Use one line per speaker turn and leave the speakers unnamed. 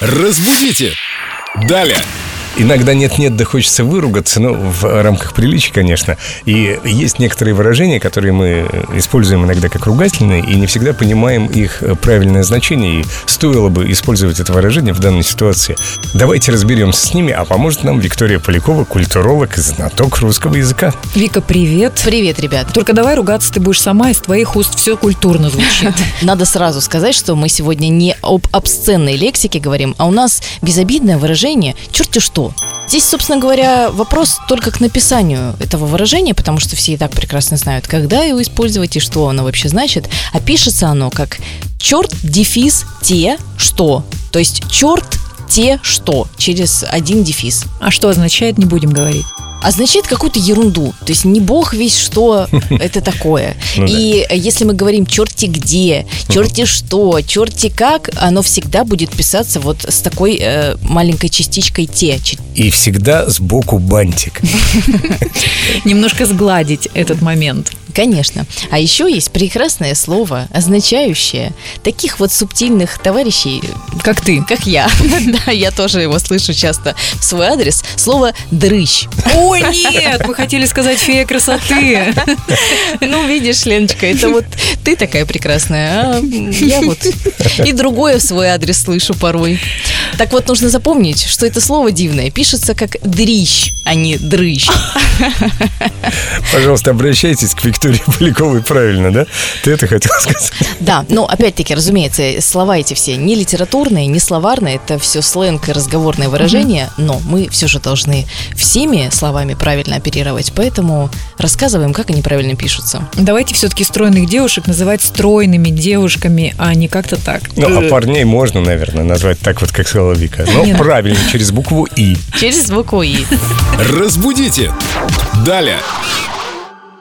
Разбудите! Далее!
Иногда нет-нет, да хочется выругаться, ну, в рамках приличия, конечно. И есть некоторые выражения, которые мы э, используем иногда как ругательные, и не всегда понимаем их э, правильное значение, и стоило бы использовать это выражение в данной ситуации. Давайте разберемся с ними, а поможет нам Виктория Полякова, культуролог и знаток русского языка.
Вика, привет.
Привет, ребят.
Только давай ругаться ты будешь сама, из твоих уст все культурно звучит.
Надо сразу сказать, что мы сегодня не об обсценной лексике говорим, а у нас безобидное выражение «черти что». Здесь, собственно говоря, вопрос только к написанию этого выражения, потому что все и так прекрасно знают, когда его использовать и что оно вообще значит. А пишется оно как «черт дефис те что». То есть «черт те что» через один дефис.
А что означает, не будем говорить.
означает какую-то ерунду. То есть не бог весь, что это такое.
Ну да.
И э, если мы говорим черти где, черти что, черти как, оно всегда будет писаться вот с такой э, маленькой частичкой те. Чи-
И всегда сбоку бантик.
Немножко сгладить этот момент.
Конечно. А еще есть прекрасное слово, означающее таких вот субтильных товарищей,
Как ты.
как я. Да, я тоже его слышу часто в свой адрес. Слово «дрыщ».
О, нет, мы хотели сказать фея красоты.
Ну, видишь, Леночка, это вот ты такая прекрасная, а я вот и другое в свой адрес слышу порой. Так вот, нужно запомнить, что это слово дивное пишется как «дрищ», а не «дрыщ».
Пожалуйста, обращайтесь к Виктории Поляковой правильно, да? Ты это хотел сказать?
Да, но опять-таки, разумеется, слова эти все не литературные, не словарные, это все сленг и разговорные выражения, но мы все же должны всеми словами правильно оперировать, поэтому рассказываем, как они правильно пишутся.
Давайте все-таки стройных девушек называть стройными девушками, а не как-то так.
Ну, а парней можно, наверное, назвать так вот, как Ну, сказала Вика. Но
Нет.
правильно, через букву «и».
Через букву «и».
Разбудите! Далее!